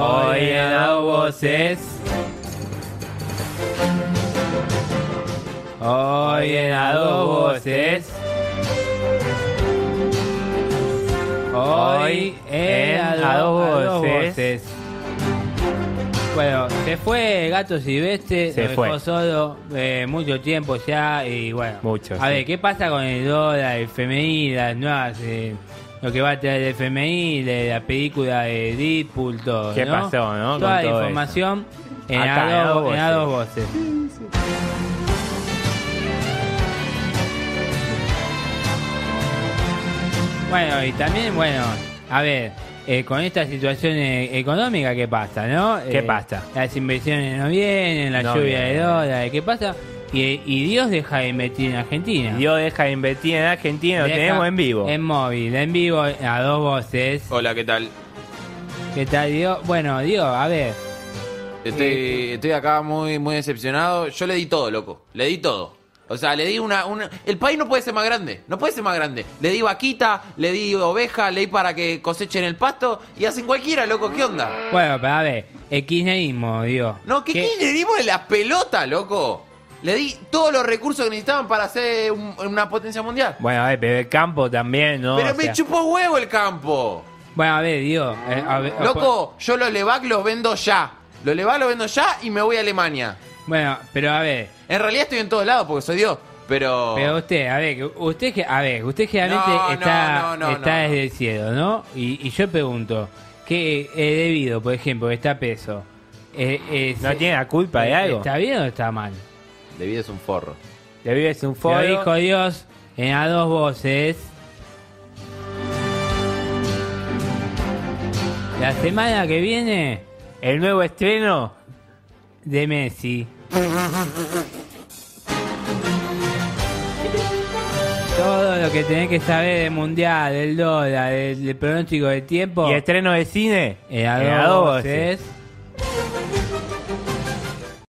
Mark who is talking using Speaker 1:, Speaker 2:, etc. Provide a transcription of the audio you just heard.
Speaker 1: variedad voces. Hoy en a dos voces. Hoy en a dos voces. Bueno, se fue Gato Silvestre,
Speaker 2: Se
Speaker 1: lo dejó
Speaker 2: fue.
Speaker 1: solo eh, mucho tiempo ya y bueno.
Speaker 2: Mucho,
Speaker 1: A
Speaker 2: sí.
Speaker 1: ver, ¿qué pasa con el dólar, el FMI, las nuevas, eh, lo que va a traer el FMI, de la película de Deadpool, todo,
Speaker 2: ¿Qué
Speaker 1: ¿no?
Speaker 2: pasó, no? Con
Speaker 1: Toda la
Speaker 2: todo
Speaker 1: información en
Speaker 2: Acá,
Speaker 1: a
Speaker 2: en
Speaker 1: dos
Speaker 2: A
Speaker 1: vo-
Speaker 2: dos
Speaker 1: en a dos voces. Bueno, y también, bueno, a ver, eh, con esta situación eh, económica, ¿qué pasa, no?
Speaker 2: ¿Qué
Speaker 1: Eh,
Speaker 2: pasa?
Speaker 1: Las inversiones no vienen, la
Speaker 2: No
Speaker 1: lluvia de
Speaker 2: vienen.
Speaker 1: dólares, ¿qué pasa? Y, y Dios deja de invertir en Argentina.
Speaker 2: Ah. Dios deja de invertir en Argentina, lo
Speaker 1: Deja
Speaker 2: tenemos en vivo. Oh.
Speaker 1: En móvil, en vivo, a dos voces.
Speaker 3: Hola, ¿qué tal?
Speaker 1: ¿Qué tal, Dios? Bueno, Dios, a ver,
Speaker 2: Eh,
Speaker 3: Estoy, estoy acá muy, muy decepcionado. Yo le di todo, loco. Le di todo. O sea, le di una, una- El país no puede ser más grande. No puede ser más grande. Le di vaquita, le di oveja, le di para que cosechen el pasto y hacen cualquiera, loco. ¿Qué onda?
Speaker 1: bueno, pero a ver, el kirchnerismo, Dios.
Speaker 3: No, ¿qué, ¿qué? Le dimos de las pelotas, loco. Le di todos los recursos que necesitaban para hacer un- una potencia mundial.
Speaker 2: Bueno, a ver, pero el campo también, ¿no?
Speaker 3: Pero
Speaker 2: O
Speaker 3: me
Speaker 2: sea,
Speaker 3: chupó huevo el campo.
Speaker 1: Bueno, a ver, Dios. eh, a ver,
Speaker 3: Loco, yo los Levac los vendo ya. Los Levac los vendo ya y me voy a Alemania.
Speaker 1: Bueno, pero a ver,
Speaker 3: En realidad estoy en todos lados porque soy Dios, pero...
Speaker 1: Pero usted, a ver, que usted, que- a ver, usted generalmente
Speaker 3: No, no,
Speaker 1: está,
Speaker 3: no, no,
Speaker 1: está
Speaker 3: no, no.
Speaker 1: desde el cielo, ¿no? Y, y yo pregunto, ¿qué he debido, por ejemplo, que está peso? eh, eh,
Speaker 2: ¿No
Speaker 1: se-
Speaker 2: tiene la culpa de
Speaker 1: eh,
Speaker 2: algo?
Speaker 1: ¿Está bien o está mal?
Speaker 3: De vida es un forro.
Speaker 2: Le vives un
Speaker 1: Lo
Speaker 2: foro.
Speaker 1: dijo Dios en a dos voces. La semana que viene
Speaker 2: El nuevo estreno,
Speaker 1: de Messi. Todo lo que tenés que saber del mundial, del dólar, del, del pronóstico del tiempo.
Speaker 2: y estreno de cine,
Speaker 1: Eh, a
Speaker 2: este en
Speaker 1: dos voces.